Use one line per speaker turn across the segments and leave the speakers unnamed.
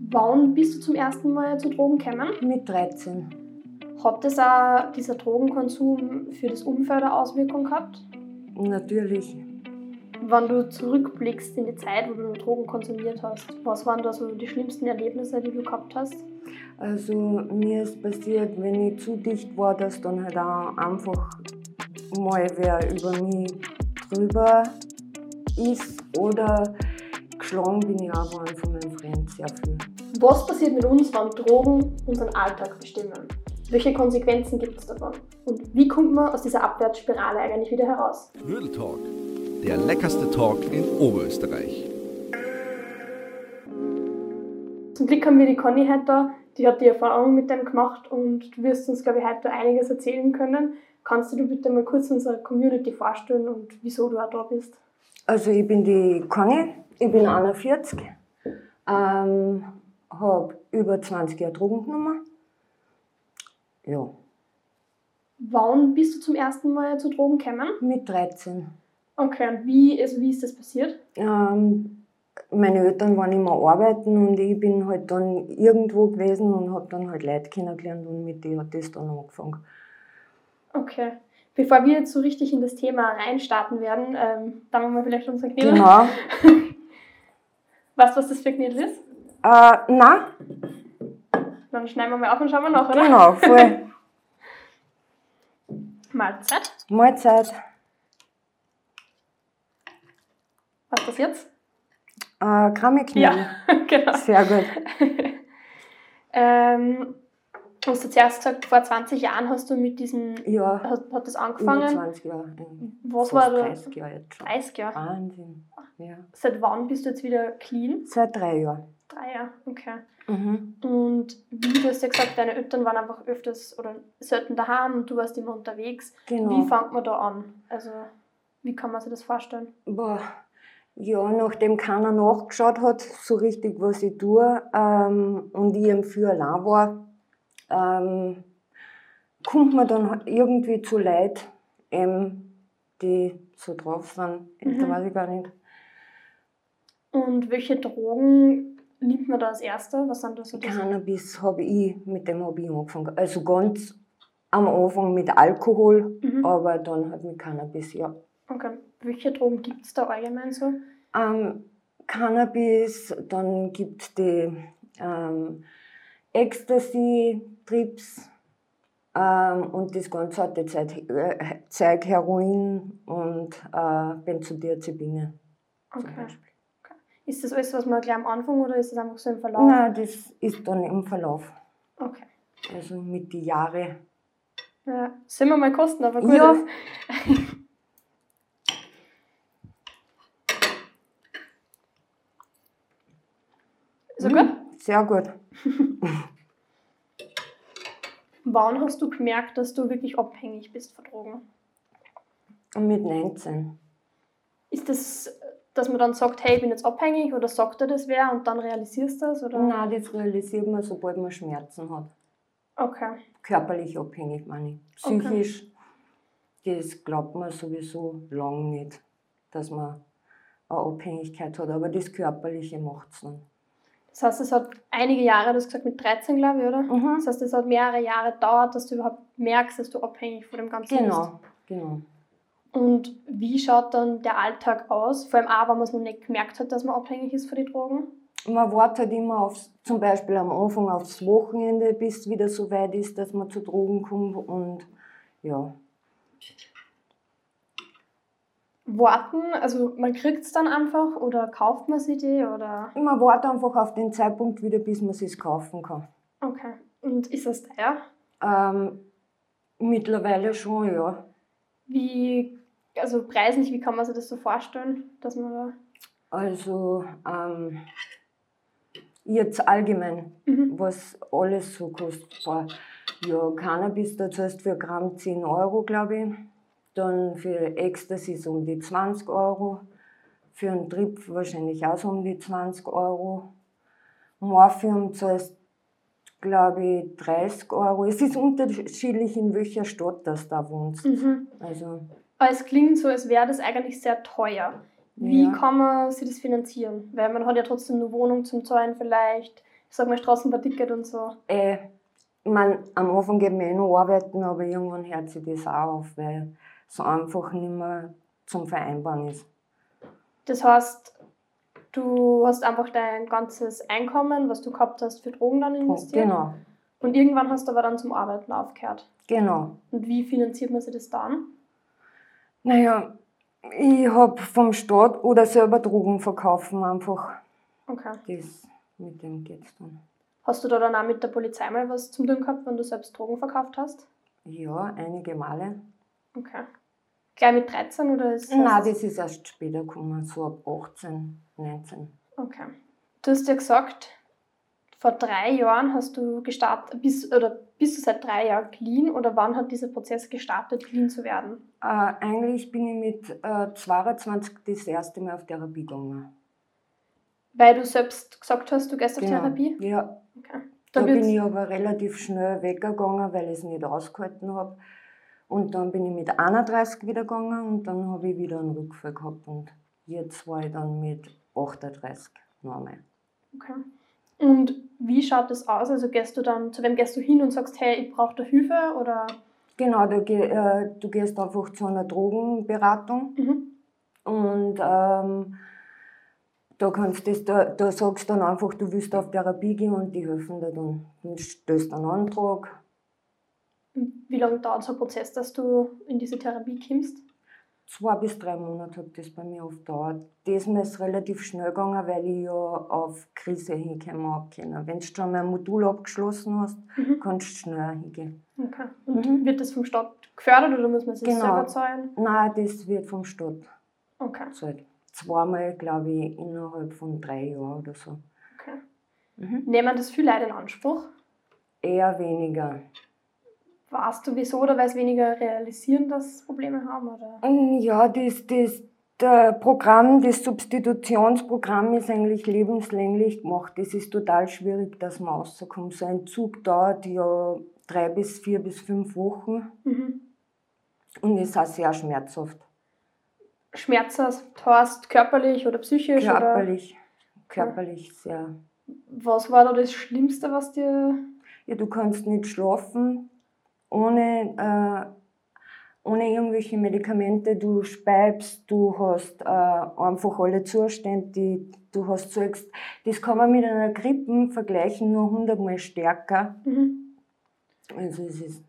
Wann bist du zum ersten Mal zu Drogen gekommen?
Mit 13.
Hat das auch dieser Drogenkonsum für das Umfeld eine Auswirkung gehabt?
Natürlich.
Wenn du zurückblickst in die Zeit, wo du Drogen konsumiert hast, was waren da so die schlimmsten Erlebnisse, die du gehabt hast?
Also mir ist passiert, wenn ich zu dicht war, dass dann halt auch einfach mal wer über mich drüber ist oder geschlagen bin ich auch worden von meinem Freund sehr viel.
Was passiert mit uns, wenn Drogen unseren Alltag bestimmen? Welche Konsequenzen gibt es davon? Und wie kommt man aus dieser Abwärtsspirale eigentlich wieder heraus?
Knödel Talk, der leckerste Talk in Oberösterreich.
Zum Glück haben wir die Conny heute da, die hat die Erfahrung mit dem gemacht und du wirst uns, glaube ich, heute einiges erzählen können. Kannst du dir bitte mal kurz unsere Community vorstellen und wieso du auch da bist?
Also ich bin die Conny, ich bin 41, ähm, habe über 20 Jahre Drogen genommen. Ja,
Wann bist du zum ersten Mal zu Drogen gekommen?
mit 13.
Okay, und wie, also wie ist das passiert?
Ähm, meine Eltern waren immer arbeiten und ich bin halt dann irgendwo gewesen und habe dann halt Leute kennengelernt und mit denen hat das dann angefangen.
Okay. Bevor wir jetzt so richtig in das Thema reinstarten werden, ähm, dann machen wir vielleicht unser Knädel.
Genau.
Weißt du, was das für ein Knädel ist?
Äh, nein,
Dann schneiden wir mal auf und schauen wir nach, oder?
genau, voll.
Mahlzeit.
Mahlzeit.
Was das jetzt?
Äh, Krammeknödel.
genau.
Sehr gut.
Ähm, du hast ja zuerst gesagt, vor 20 Jahren hast du mit diesem,
Ja,
hat, hat das
über
angefangen.
20 Jahre. eigentlich.
Was
Fast Ah.
war da?
30 Jahre jetzt schon.
30 Jahre.
Wahnsinn. Ja.
Seit wann bist du jetzt wieder clean?
Seit drei Jahren.
Drei Jahre, okay.
Mhm.
Und wie du hast ja gesagt, deine Eltern waren einfach öfters oder selten daheim und du warst immer unterwegs.
Genau.
Wie fängt man da an? Also, wie kann man sich das vorstellen?
Boah. Ja, nachdem keiner nachgeschaut hat, so richtig, was ich tue, ähm, und ich im Für allein war, ähm, kommt man dann halt irgendwie zu Leuten, ähm, die so drauf sind.
Mhm.
Da weiß ich gar nicht.
Und welche Drogen nimmt man da als erster? Was sind da so das?
Cannabis habe ich, mit dem habe ich angefangen. Also ganz am Anfang mit Alkohol,
Mhm.
aber dann halt mit Cannabis, ja.
Okay. Welche Drogen gibt es da allgemein so?
Ähm, Cannabis, dann gibt es die ähm, Ecstasy-Trips ähm, und das ganze harte Zeug, äh, Zeug Heroin und äh, Benzodiazepine. zum
Okay.
Beispiel.
Ist das alles, was man gleich am Anfang oder ist das einfach so im Verlauf?
Nein, das ist dann im Verlauf,
Okay.
also mit den Jahren.
Ja, sind wir mal kosten, aber gut.
Ja.
ist. so gut.
Sehr gut.
Wann hast du gemerkt, dass du wirklich abhängig bist von Drogen?
Und mit 19.
Ist das, dass man dann sagt, hey, ich bin jetzt abhängig oder sagt dir das wer und dann realisierst du das? Oder?
Nein, das realisiert man, sobald man Schmerzen hat.
Okay.
Körperlich abhängig, meine ich.
Okay.
Psychisch, das glaubt man sowieso lang nicht, dass man eine Abhängigkeit hat. Aber das Körperliche macht es dann.
Das heißt, es hat einige Jahre, du hast gesagt mit 13, glaube ich, oder?
Mhm.
Das heißt, es hat mehrere Jahre gedauert, dass du überhaupt merkst, dass du abhängig von dem Ganzen bist.
Genau, genau.
Und wie schaut dann der Alltag aus? Vor allem auch, wenn man es noch nicht gemerkt hat, dass man abhängig ist von den Drogen.
Man wartet immer aufs, zum Beispiel am Anfang aufs Wochenende, bis es wieder so weit ist, dass man zu Drogen kommt. Und ja,
Warten, also man kriegt es dann einfach oder kauft man sich die oder.
man wartet einfach auf den Zeitpunkt wieder, bis man es sich kaufen kann.
Okay. Und ist das teuer?
Ähm, mittlerweile schon, ja.
Wie, also preislich, wie kann man sich das so vorstellen, dass man da.
Also ähm, jetzt allgemein,
Mhm.
was alles so kostet. Boah, ja, Cannabis, da zahlst du für Gramm 10 Euro, glaube ich. Dann für Ecstasy so um die 20 Euro. Für einen Trip wahrscheinlich auch so um die 20 Euro. Morphium zahlst glaube ich, 30 Euro. Es ist unterschiedlich, in welcher Stadt das da wohnst.
Mhm.
Also,
Aber es klingt so, als wäre das eigentlich sehr teuer. Wie
ja.
kann man sich das finanzieren? Weil man hat ja trotzdem eine Wohnung zum Zahlen vielleicht, ich sag mal, Straßenbahnticket und so.
Äh, ich mein, am Anfang geht mir eh noch arbeiten, aber irgendwann hört sich das auch auf, weil es einfach nicht mehr zum Vereinbaren ist.
Das heißt, du hast einfach dein ganzes Einkommen, was du gehabt hast, für Drogen dann investiert.
Genau,
Und irgendwann hast du aber dann zum Arbeiten aufgehört.
genau.
Und wie finanziert man sich das dann?
Naja, ich hab vom Staat oder selber Drogen verkaufen einfach.
Okay.
Das mit dem geht's dann.
Hast du da dann auch mit der Polizei mal was zum tun gehabt, wenn du selbst Drogen verkauft hast?
Ja, einige Male.
Okay. Gleich mit 13 oder ist
Nein, das ist erst später gekommen, so ab 18, 19.
Okay. Du hast ja gesagt, vor drei Jahren hast du gestartet, bist, oder bist du seit drei Jahren clean oder wann hat dieser Prozess gestartet, clean zu werden?
Äh, eigentlich bin ich mit äh, 22 das erste Mal auf Therapie gegangen.
Weil du selbst gesagt hast, du gehst auf
Genau.
Therapie?
Ja,
Okay.
da
Da
bin
wird's,
ich aber relativ schnell weggegangen, weil ich es nicht ausgehalten habe. Und dann bin ich mit 31 wieder gegangen und dann habe ich wieder einen Rückfall gehabt. Und jetzt war ich dann mit 38 nochmal.
okay. Und wie schaut das aus? Also gehst du dann, zu wem gehst du hin und sagst, hey, ich brauche da Hilfe oder?
Genau, du, geh- äh, du gehst einfach zu einer Drogenberatung
Mhm.
und ähm, da, kannst das, da, da sagst du dann einfach, du willst auf Therapie gehen und die helfen dir dann. Du stößt einen Antrag.
Und Wie lange dauert so ein Prozess, dass du in diese Therapie kommst?
Zwei bis drei Monate hat das bei mir oft gedauert. Diesmal ist es relativ schnell gegangen, weil ich ja auf Krise hinkommen habe können. Wenn du schon mal ein Modul abgeschlossen hast,
Mhm.
kannst du schneller hingehen.
Okay. Und
Mhm.
wird das vom Staat gefördert oder muss man sich
Genau.
selber zahlen?
Nein, das wird vom Staat
Okay.
gezahlt. Zweimal, glaube ich, innerhalb von drei Jahren oder so.
okay.
Mhm.
Nehmen das viele Leute in Anspruch?
Eher weniger.
Weißt du wieso oder weil es weniger realisieren, dass sie Probleme haben? Oder?
Mm, Ja, das, das der Programm, das Substitutionsprogramm ist eigentlich lebenslänglich gemacht. Das ist total schwierig, dass man rauskommt. So ein Zug dauert ja drei bis vier bis fünf Wochen
Mhm.
und ist auch sehr schmerzhaft.
Schmerzhaft hast, körperlich oder psychisch?
Körperlich, körperlich sehr.
Oder was war da das Schlimmste, was dir.
Ja, du kannst nicht schlafen ohne, äh, ohne irgendwelche Medikamente. Du speibst, du hast äh, einfach alle Zustände, die du hast. So ex- Das kann man mit einer Grippe vergleichen, nur hundertmal stärker.
Mhm.
Also es ist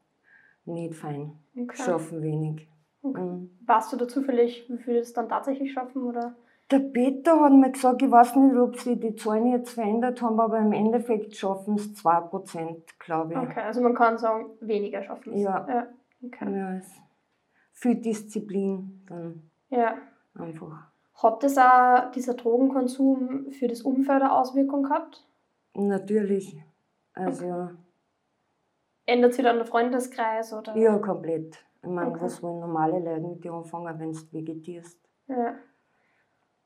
nicht fein.
Okay.
Schaffen wenig.
Okay.
Mhm.
Warst du da zufällig, wie viele es dann tatsächlich schaffen? Oder?
Der Peter hat mir gesagt, ich weiß nicht, ob sie die Zahlen jetzt verändert haben, aber im Endeffekt schaffen es 2%, glaube ich.
Okay, also man kann sagen, weniger schaffen. es.
Ja.
ja. Okay.
Ja, es- viel Disziplin dann.
Ja.
Einfach.
Hat das auch dieser Drogenkonsum für das Umfeld eine Auswirkung gehabt?
Natürlich. Also,
Ändert sich dann der Freundeskreis? Oder?
ja, komplett. Ich meine,
Okay.
was wollen normale Leute mit dir anfangen, wenn du vegetierst?
Ja.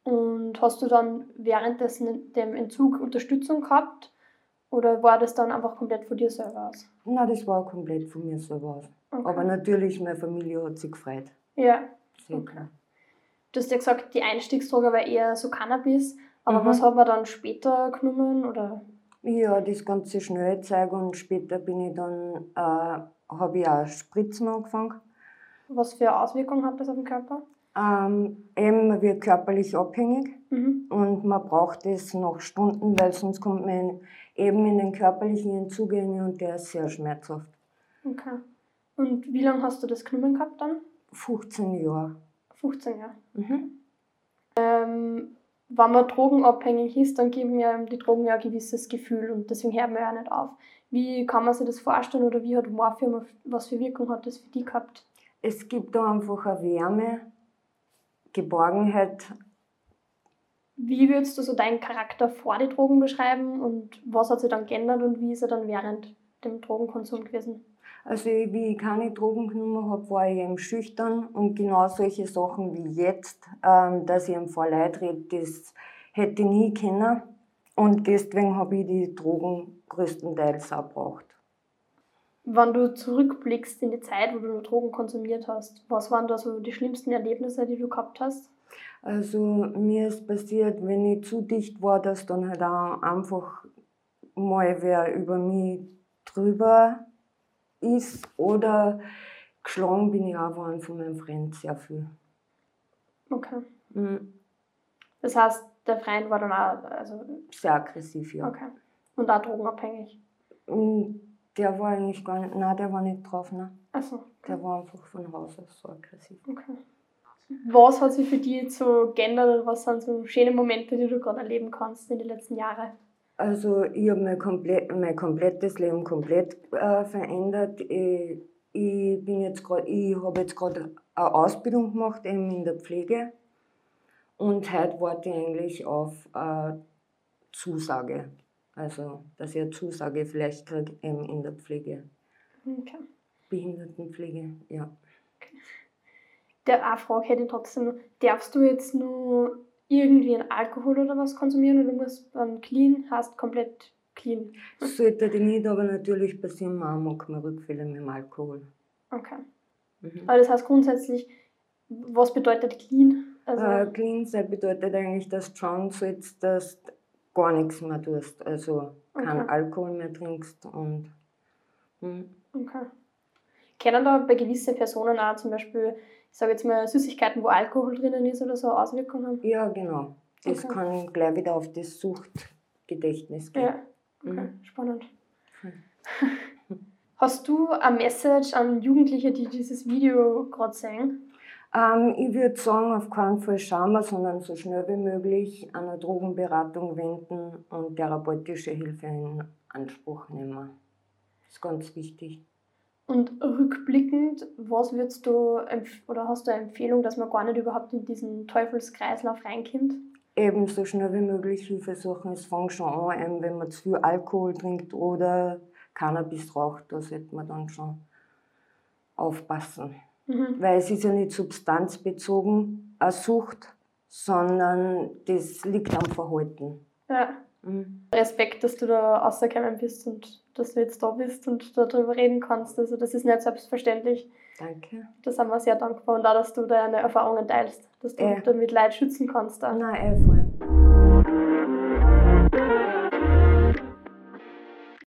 Und hast du dann währenddessen dem Entzug Unterstützung gehabt? Oder war das dann einfach komplett von dir selber aus?
Na, das war komplett von mir selber aus.
Okay.
Aber natürlich, meine Familie hat sich gefreut.
ja.
Sehr
Okay.
klar.
Du hast ja gesagt, die Einstiegsdroge war eher so Cannabis. Aber
Mhm.
was hat man dann später genommen? Oder?
Ja, das ganze schnell zeigen und später bin ich dann, äh, habe ich auch Spritzen angefangen.
Was für Auswirkungen hat das auf den Körper?
Ähm, eben, man wird körperlich abhängig.
Mhm.
Und man braucht es noch Stunden, weil sonst kommt man eben in den körperlichen Entzug hinein und der ist sehr schmerzhaft.
Okay. Und wie lange hast du das genommen gehabt dann?
15 Jahre.
15 Jahre.
Mhm.
Wenn man drogenabhängig ist, dann geben ja die Drogen ja ein gewisses Gefühl und deswegen hört man ja nicht auf. Wie kann man sich das vorstellen oder wie hat Morphium, auf- was für Wirkung hat das für die gehabt?
Es gibt da einfach eine Wärme, Geborgenheit.
Wie würdest du so deinen Charakter vor die Drogen beschreiben und was hat sich dann geändert und wie ist er dann während dem Drogenkonsum gewesen?
Also ich- wie ich keine Drogen genommen habe, war ich eben schüchtern und genau solche Sachen wie jetzt, ähm, dass ich eben vor Leid rede, das hätte ich nie können. Und deswegen habe ich die Drogen größtenteils auch gebraucht.
Wenn du zurückblickst in die Zeit, wo du nur Drogen konsumiert hast, was waren da so die schlimmsten Erlebnisse, die du gehabt hast?
Also mir ist passiert, wenn ich zu dicht war, dass dann halt auch einfach mal wer über mich drüber ist oder geschlagen bin ich auch worden von meinem Freund sehr viel.
Okay.
Mhm.
Das heißt, der Freund war dann auch, also,
Sehr aggressiv, ja.
okay. Und auch drogenabhängig.
Und der war eigentlich gar nicht, nein, der war nicht drauf, ne?
Achso.
Der war einfach von Haus aus so aggressiv.
Okay. Was hat sich für dich jetzt so geändert oder was sind so schöne Momente, die du gerade erleben kannst in den letzten Jahren?
Also ich habe mein, komple mein komplettes Leben komplett äh, verändert. Ich, ich bin jetzt grad, ich habe jetzt gerade eine Ausbildung gemacht eben in der Pflege und heute warte ich eigentlich auf äh, Zusage. Also, dass ich eine Zusage vielleicht kriege eben in der Pflege.
Okay.
Behindertenpflege, ja.
Der eine Frage hätte ich trotzdem noch. Darfst du jetzt nur irgendwie einen Alkohol oder was konsumieren oder musst dann clean, hast komplett clean?
Sollte die nicht, aber natürlich passieren mir auch manchmal Rückfälle mit dem Alkohol.
Okay.
Mhm.
Aber das heißt grundsätzlich, was bedeutet clean? Also,
Äh, clean sein bedeutet eigentlich, dass du schauen sollst, dass du gar nichts mehr tust. Also keinen
Okay.
Alkohol mehr trinkst und. Mhm.
okay. Kennen da bei gewissen Personen auch zum Beispiel, ich sage jetzt mal, Süßigkeiten, wo Alkohol drinnen ist oder so, Auswirkungen haben?
Ja, genau. Das
Okay.
kann gleich wieder auf das Suchtgedächtnis gehen.
Ja, okay,
Mhm.
spannend.
Voll.
Hast du eine Message an Jugendliche, die dieses Video gerade sehen?
Ähm, ich würde sagen, auf keinen Fall schauen wir, sondern so schnell wie möglich an eine Drogenberatung wenden und therapeutische Hilfe in Anspruch nehmen. Das ist ganz wichtig.
Und rückblickend, was würdest du empf- oder hast du eine Empfehlung, dass man gar nicht überhaupt in diesen Teufelskreislauf reinkommt?
eben so schnell wie möglich Hilfe suchen. Es fängt schon an, eben wenn man zu viel Alkohol trinkt oder Cannabis raucht, da sollte man dann schon aufpassen.
Mhm.
Weil es ist ja nicht substanzbezogen, eine Sucht, sondern das liegt am Verhalten.
Ja.
Mhm.
Respekt, dass du da rausgekommen bist und dass du jetzt da bist und darüber reden kannst. Also das ist nicht selbstverständlich.
Danke.
Da sind wir sehr dankbar und auch, dass du deine Erfahrungen teilst, dass du
Ja.
damit Leid schützen kannst. Auch. ne?
Nein, eh voll.